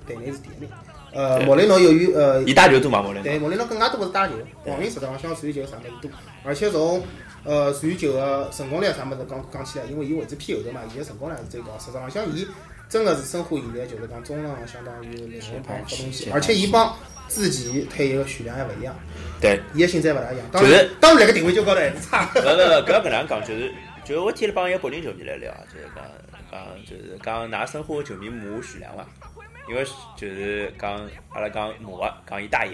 C: 队内是第一名。呃，
A: 对
C: 莫雷诺由于呃
A: 伊打球多嘛，莫雷
C: 对，
A: 诺。
C: 莫雷诺更加多的是打球，
A: 对
C: 王林实际上像传球啥么子多，而且从呃传球的成功率啥么子讲讲起来，因为伊位置偏后头嘛，伊的成功率是最高。实际上像伊真的是申花现在就是讲中浪相当于另外一帮好东西，而且伊帮自己退役的选量还勿一样，
A: 对，
C: 伊的性质也勿大一样。当
A: 就
C: 然
A: 是，
C: 当然辣盖定位就高头还是差。
A: 勿勿勿，搿要搿能讲，就是就是我天天帮一个北京球迷来聊，就是讲讲就是讲㑚申花的球迷骂我徐良伐？因为就是讲阿拉讲骂个，讲伊大爷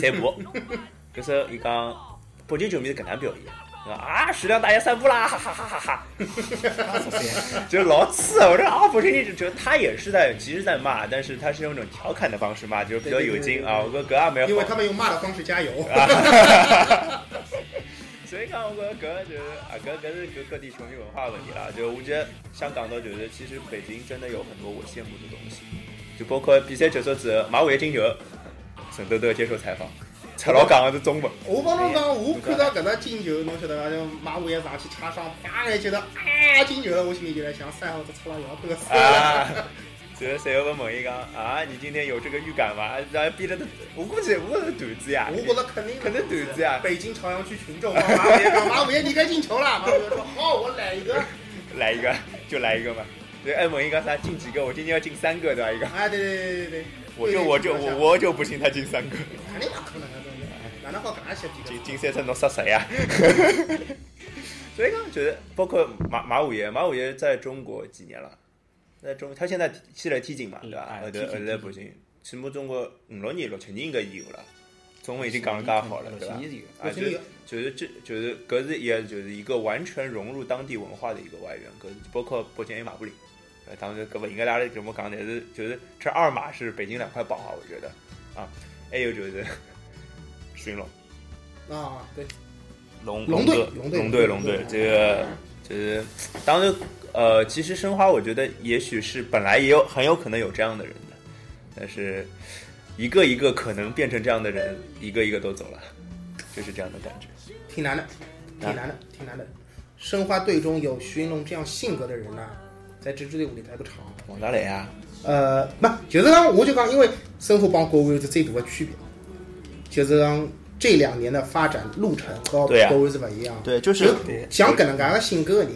A: 散步，搿时候伊讲北京球迷是搿能表现。伊讲啊，徐良大爷散步啦，哈哈哈哈哈！ 就是老次，我说啊，不是你，就他也是在，其实在骂，但是他是用一种调侃的方式骂，就是比较有劲啊。我觉得搿也蛮好。
C: 因为他们用骂的方式加油，
A: 所以讲，我觉着搿就是啊，搿搿是搿各地球迷文化问题啦。就我觉得想讲到就是，其实北京真的有很多我羡慕的东西，就包括比赛结束之后，马伟进球，沈豆豆接受采访， 赤佬讲的是中文，
C: 我帮侬讲，我看到搿只进球，侬晓得伐？就马五也上去插上，啪一觉得啊进球了，我心里就在想，赛后这出了要得死了。
A: 啊。就是赛后问问伊讲啊，你今天有这个预感吗？啊然后逼着他，我估计我是段子呀，
C: 我觉得肯定
A: 肯定段子呀
C: 北京朝阳区群众，马五爷讲马五爷你该进球了，马五爷说好，我来一个。
A: 来一个就来一个嘛。对，哎，问伊讲啥进几个？我今天要进三个对吧？一个，
C: 哎，对对对对对，
A: 我就我就我我就不信他进三个，
C: 肯定不可能啊，真的，哪能好搿能写 几
A: 进
C: 个？
A: 进三场侬杀谁呀？ 所以讲，就是包括马马五爷，马五爷在中国几年了？在中他现在现在天津嘛，对吧？
B: 嗯
A: 后头
B: 踢
A: 后
B: 进
A: 头北京，起码中国五六年、六七年应该有了。中文已经讲了介好
B: 嗯
A: 了，对吧？啊，
C: 我
A: 就
C: 心里
A: 是
C: 有
A: 就是这就是搿是也就是一个完全融入当地文化的一个外援，搿是包括北京还有马布里。呃，当然搿勿应该拉来节目讲，但是就是这二马是北京两块宝啊，我觉得啊，还有 就是寻龙
C: 啊，对，
A: 龙
C: 龙队
A: 队
C: 龙队
A: 龙队
C: 龙
A: 龙
C: 队
A: 队，这个就是当然呃，其实申花我觉得也许是本来也有很有可能有这样的人的，但是一个一个可能变成这样的人，一个一个都走了，就是这样的感觉。
C: 挺难的，
A: 啊
C: 挺难的，挺难的。申花队中有徐云龙这样性格的人呢、在这支队伍里待不长。
A: 王大雷啊，
C: 呃，不，就是讲，我就讲，因为生活帮国安有着最大的区别，就是讲这两年的发展路程和国
A: 对啊
C: 安是不一样的。
A: 对，就
C: 就像搿能介个性格个人，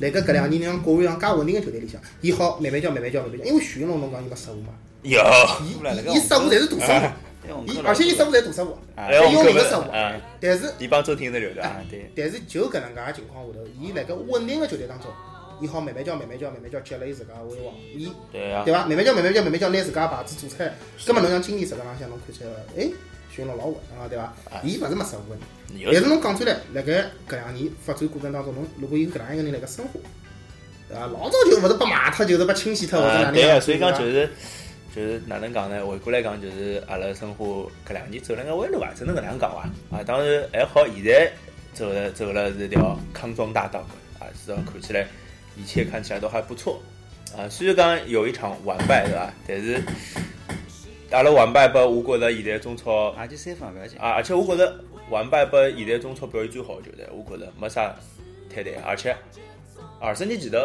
C: 辣盖搿两年让国安上介稳定个球队里向，伊好慢慢叫慢慢叫慢慢叫，因为徐云龙侬讲伊没失误嘛，
A: 有，
C: 伊
B: 来了个
C: 伊失误侪是大
A: 啊
C: 失误，伊而且伊失误侪大失误，
A: 还有
C: 用
A: 哎我
C: 力
A: 们
C: 哎个失误
A: 啊，
C: 但是
A: 一帮周婷的流的啊，
B: 对，
C: 但是就搿能介个情况下头，伊辣盖稳定个球队当中，伊好慢慢叫慢慢叫慢慢叫积累伊自家个威望，伊
A: 对啊
C: 对，伐？慢慢叫慢慢叫慢慢叫拿自家牌子做出来，葛末侬像今年实际浪向侬看出来了，哎，徐云龙老稳啊，对伐？伊勿是没失误个人。
A: 有
C: 但是侬讲出来，辣盖搿两年发展过程当中，侬如果有搿能样一个人辣盖生活，对伐？老早就勿是被骂脱，就是被清洗脱，或者哪
A: 啊
C: 能
A: 对
C: 样
A: 啊，
C: 子。
A: 所以讲就
C: 对伐
A: 是就是哪能讲呢？回过来讲就是阿拉生活搿两年走了眼弯路啊，只能搿能样讲伐？啊，当然还好，现在走了走了是条康庄大道啊，至少看起来一切看起来都还不错啊。虽然讲有一场完败对伐？但是阿拉完败拨我觉着现在中超
B: 也就三分勿要紧。
A: 啊，而且我觉着完败拨现在中超表现最好的球队，我觉着没啥太难。而且二十年前头，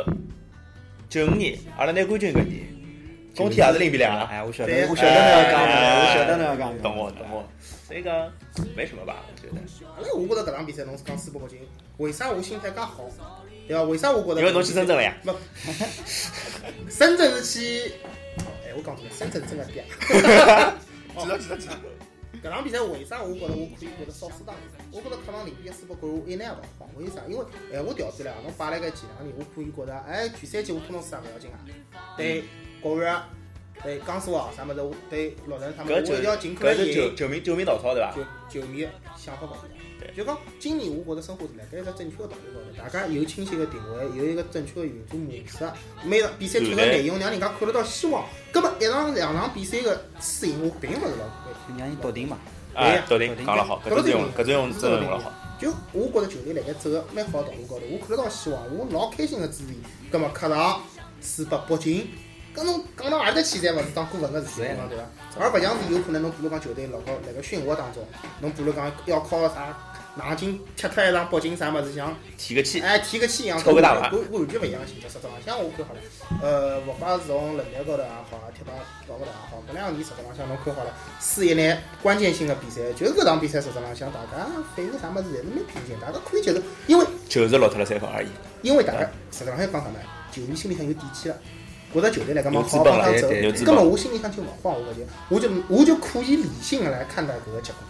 A: 九五年阿拉拿冠军搿年，中天也是零比两啊。
B: 哎，我晓得
C: 对，
B: 我晓得侬要讲
A: 哎
B: 的，我晓得侬要讲的。
A: 懂我懂
C: 哎
A: 我。所以讲没什么吧，我觉得，
C: 阿拉哎我觉着搿场比赛侬是讲输拨北京，为啥我心态介好？对伐？为啥我觉着？
A: 因为侬去深圳了呀。
C: 不，深圳是去，哎，我讲错了，深圳真个嗲。
A: 知道知道知道。
C: 搿场比赛为啥我觉着我可以觉着少适当？我觉着客场零比一输拨国安，我一眼也勿慌。为啥？因为闲话调转来啊，侬摆辣盖前两年，我可以觉着，哎，前三季我通通输也勿要紧啊。对国安啊，对江苏啊，啥物事，我对洛城啥物事，
A: 搿
C: 我
A: 就
C: 一定要尽可
A: 搿
C: 能
A: 是
C: 赢。
A: 九九名九名稻草对伐？
C: 球球迷的想法勿一样。就讲今年，我觉着申花是辣盖一个正确的道路高头，大家有清晰的定位，有一个正确的运作模式，每场比赛踢的内容让人家看得到希望。葛么一场两场比赛的输赢，我并勿是老看好。
B: 让伊搞定嘛，
C: 对
A: 啊
C: 呀，
A: 豆丁讲了好，搿
C: 搿
A: 种用
C: 种
A: 搿种用真的用了好。
C: 就我觉着球队辣盖走个蛮好的道路高头，我看得到希望，我老开心个支持伊。葛么客场输拨北京，搿侬讲到何里搭去，侪勿是当过分个事体，
B: 对
C: 对伐？而白相是有可能侬比如讲球队辣搞辣盖训活当中，侬比如讲要靠啥硬劲踢出来一场北京啥物事，像
A: 提个气，
C: 哎提个气一样，
A: 抽个大麻
C: 我我完全勿一样的性质，实质浪向我看好了，呃，勿管是从能力高头也好，啊踢到高高头也好，搿两年实质浪向侬看好了，四一眼关键性的比赛，就是搿场比赛实质浪向大家反应啥物事侪是蛮平静，大家可以接受，因为
A: 就是落脱了三分而已。
C: 因为大家实际上向讲啥呢？球迷心里向有底气了，觉着球队来讲嘛
A: 有资
C: 好好
A: 本
C: 帮
A: 了
C: 他
A: 对
C: 走
A: 对，有资
C: 根
A: 本
C: 本我心里向就勿慌，我觉得，我就我就可以理性的来看待搿个结果。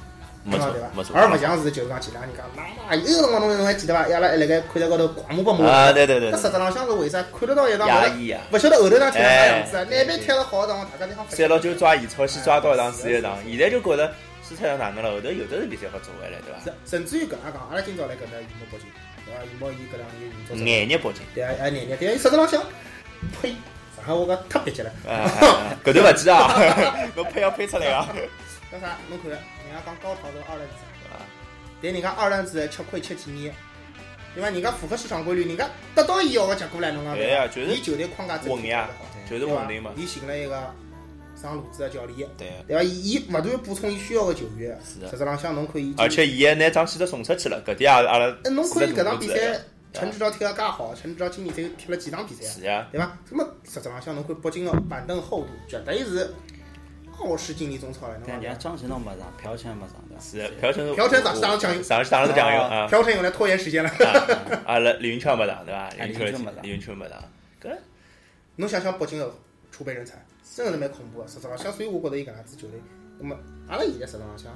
A: 没错
C: 对伐，
A: 没错。
C: 而勿像是就是讲前两年讲，妈妈有个辰光侬侬还记得伐？伊拉还辣盖看台高头狂骂不骂。
A: 啊，对对对
C: 那实
A: 对，
C: 质浪向是为啥看得到一场，
A: 压
C: 勿
A: 抑啊！
C: 晓得后头场踢成啥样子啊？
A: 哎
C: 那边踢了好的辰光，大家在讲
A: 三六九抓乙超，先抓到一场是一场，现在就觉着西太阳哪能了，后头有的是比赛好做回来，对伐？
C: 甚甚至于搿能讲，阿拉今朝来搿搭羽毛北京，对伐？羽毛伊搿两年运作怎么样，
A: 眼热北京，
C: 对啊，还难热，对啊，伊实质浪向，呸，上海话讲太别激了。
A: 啊啊，啊 搿头勿记啊， 侬配要配出来啊！
C: 那啥，侬看，人家讲高潮是二愣子，但人家二愣子吃亏吃几年，对伐？人家符合市场规律，人家得到伊要个结果了，侬讲
A: 对
C: 对伐？
A: 哎呀，就是
C: 伊球队框架整
A: 稳
C: 体
A: 呀
C: 做
A: 就是
C: 得好对伐
A: 稳定嘛，
C: 伊寻了一个上路子的教练，
A: 对啊。
C: 对伐？伊伊勿断地补充伊需要的球员，
A: 是的
C: 实质浪向侬可以已经，
A: 而且伊还拿张希德送出去了，搿点也是阿拉
C: 哎，侬
A: 四个
C: 看伊搿场
A: 大
C: 比
A: 肚子来
C: 赛
A: 的，
C: 陈指导踢得介好，陈指导今年才踢了几场比赛啊，
A: 是呀，
C: 对伐？那么实质浪向侬看北京的板凳厚度，绝对是傲视今年中超了，侬
B: 但人
C: 讲对
B: 家
C: 伐？
B: 张神侬没上，朴成没上对伐？
A: 是啊朴成
C: 朴成上去打了酱油
A: 上去打了酱油啊！
C: 朴成用来拖延时间了。
A: 啊阿拉李云超没打对伐？
B: 啊
A: 李
B: 李
A: 云
B: 云
A: 超
B: 超
A: 没
B: 没
A: 打，
B: 打
A: 李云超没打，搿
C: 侬想想北京的储备人才，真的是蛮恐怖的。实质浪向，所以我觉得伊搿能介子球队，那么阿拉现在实质浪向，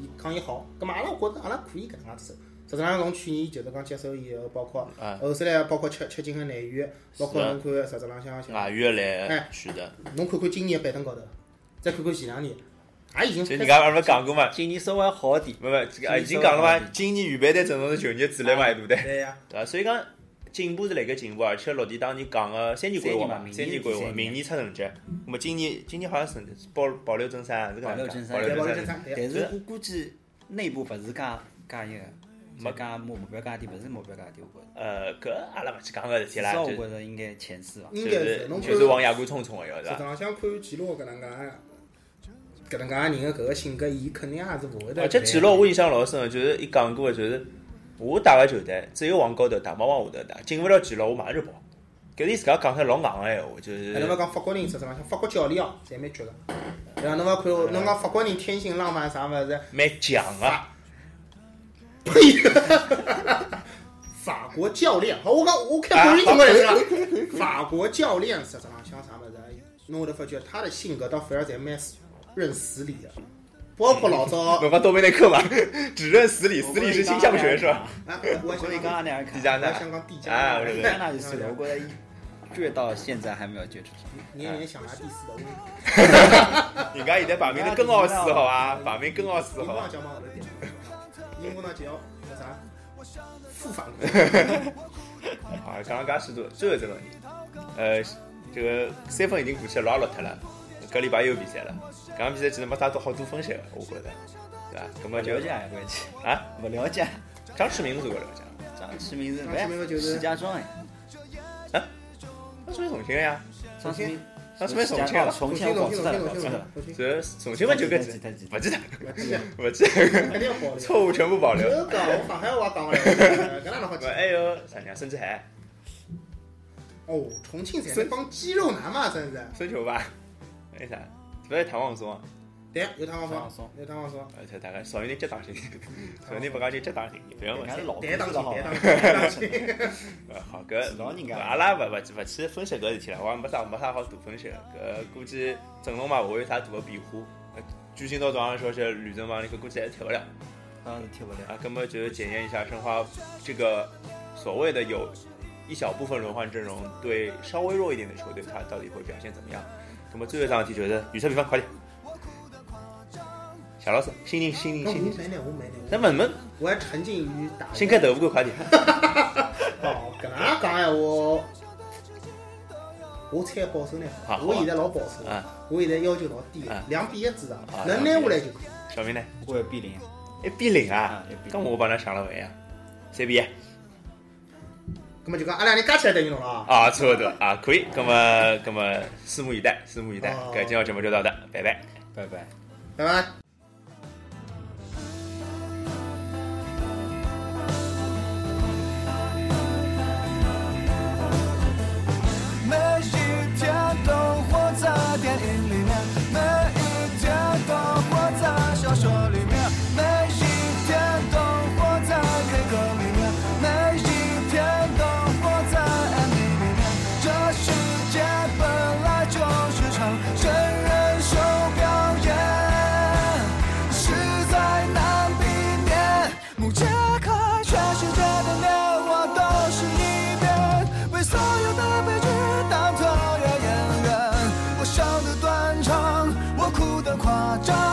C: 伊讲伊好，葛末阿拉觉得阿拉可以搿能介子走。实质浪向从去年就是讲接手以后，包括
A: 啊
C: 后头来包括吃吃进个内援，包括
A: 是啊
C: 侬看实质浪向
A: 外
C: 像，
A: 援啊来
C: 哎
A: 选的，
C: 侬看看今年的板凳高头，再看看前两年，也已经
A: 就
C: 开
A: 人
C: 始
A: 家阿拉讲过嘛，
B: 今年稍微好点，
A: 没没，啊已经讲了嘛，今年预备队阵容是球员主力嘛，一大队，
C: 对呀，
A: 对伐？所以讲进步是辣盖进步，而且洛迪当年讲个三年规划嘛，三
B: 三
A: 年
B: 年嘛明年
A: 规划，
B: 三年
A: 明年出成绩。那么今年今年好像是保保六争三，是搿能
B: 保六
A: 讲
B: 争
A: 保
B: 三
A: 六
C: 对保
A: 争
C: 罗
A: 三
C: 正。常，对
B: 但是我估计内部勿是介介一个，
A: 没
B: 没介目目标介低，勿是目标介低，我觉着。
A: 呃，搿阿拉勿去讲搿事体
B: 至
A: 啦，
B: 少
A: 就
B: 我觉着应该前四伐。
C: 应
A: 就
C: 该是侬看
A: 就是往亚冠冲冲个要是
C: 实
A: 伐
C: 质？浪向看记录搿能介，搿能介人的搿个性格，伊肯定也是勿会得。
A: 而且记录我印象老深的，就是伊讲过的，就是我打个球队只有往高头打，没往下头打，进勿了记录我马上就跑。搿是伊自家讲出来老硬个闲话，就
C: 哎，侬
A: 是
C: 勿讲法国人实质上，像法国教练哦，侪蛮绝个。对伐？侬勿看，侬讲法国人天性浪漫啥物事？
A: 蛮强个。
C: 呸！法国教练，好，我讲我看国语怎么来着？法国教练实质上像啥物事？侬会得发觉他的性格倒反而侪蛮认死理的，包括老早
A: 侬讲多梅内克嘛， 只认死理，死理是倾向权是吧？？
C: 啊，我
B: 我
C: 还
B: 跟
C: 想
B: 你
C: 讲，
B: 刚刚那样
A: 迪
B: 看，
A: 迦
C: 我
A: 纳
C: 还想讲蒂
A: 啊
C: 迦
A: 对对，
C: 纳
B: 那那就算了，我觉着一倔到现在还没有倔出去。
C: 年年想拿第四的，我跟你讲
A: 人家现在排名是跟奥斯好伐？排名跟奥斯
C: 英
A: 好
C: 国
A: 伐
C: 呢？就要往后头点，英国呢就要那啥复反过来。
A: 啊，讲了介许多，最后一只问题，呃，这个三分已经过去了，老也落脱了，搿礼拜又有比赛了，搿场比赛其实没啥多好多分析的，我觉得，对伐？搿
B: 不
A: 么就
B: 了解啊，关键
A: 啊，
B: 不了解。
A: 张志明是过来讲。
B: 张启明是
C: 张启明
B: 喂
C: 就是
B: 石家庄哎，
A: 张志明重庆的呀，
B: 张启明，
A: 张志明重
B: 重
A: 庆的
B: 庆，重庆我
C: 重
B: 搞
C: 庆
B: 错
C: 重
B: 了，
C: 庆
B: 搞
C: 重
B: 错
C: 庆
B: 了。
C: 重庆，
A: 这重庆嘛就搿
B: 记得记
A: 勿记得，
C: 我记得
A: 勿记得，
C: 肯定要保 留。
A: 错误全部保留。哎
C: 这个我上海话 讲勿来，搿哪能好
A: 我
C: 记？
A: 还有啥呢？孙志海、
C: 哦，重庆才是帮肌肉男嘛，真是。
A: 孙球吧，还有啥？勿是谭旺松啊？
C: 对，有汤
B: 张
C: 放
B: 放
C: 松
B: 松，
C: 有汤放松。
A: 呃，他大概少一点接 打型，少一点不讲就接打型，你不要问
B: 人。家是老
C: 别当心，别当心，
A: 呃，好，搿
B: 指导人家
A: 阿拉勿勿勿去分析搿事体了，我也没啥没啥好大分析的。搿估计阵容嘛勿会有啥大个变化。呃最新到早上消息，吕振邦那个估计还踢勿了。
B: 当然是踢不了。
A: 啊，根本就是检验一下申花这个所谓的有一小部分轮换阵容对稍微弱一点的球队，他到底会表现怎么样？那么最后一场题觉得预测比分快点，小老师，心灵心灵
C: 那我
A: 心灵，
C: 没呢，我没
A: 那
C: 呢，
A: 么你们
C: 我还沉浸于打。
A: 新开头不够快点，
C: 哦，搿能介讲闲话，我猜保守呢
A: 好好啊。
C: 我现在老保守
A: 啊，
C: 我现在要求老低
A: 啊
C: 的，两比一至少
A: 啊，
C: 能拿下来就可以。
A: 小明呢？
B: 我也必零
A: 一比零啊
B: 哎啊，一比零
A: 跟我帮他想了不一样，三比一，
C: 那么就讲阿拉两人加起来等于侬了啊。
A: 啊，差不多啊，可以。那么，那么，拭目以待，拭目以待
C: 哦。
A: 搿今朝节目就到这，拜拜。
B: 拜拜。
C: 拜拜。
D: 每一天都活在电影里面，每一天都活在小说里面，每一天都活在 K 歌里面，每一天都活在 MV 里面。这世界本来就是场真人秀表演，实在难避免。目前看全世界的脸，我都是一遍，为所有的悲剧当特约演员。我笑得断肠，我哭得夸张，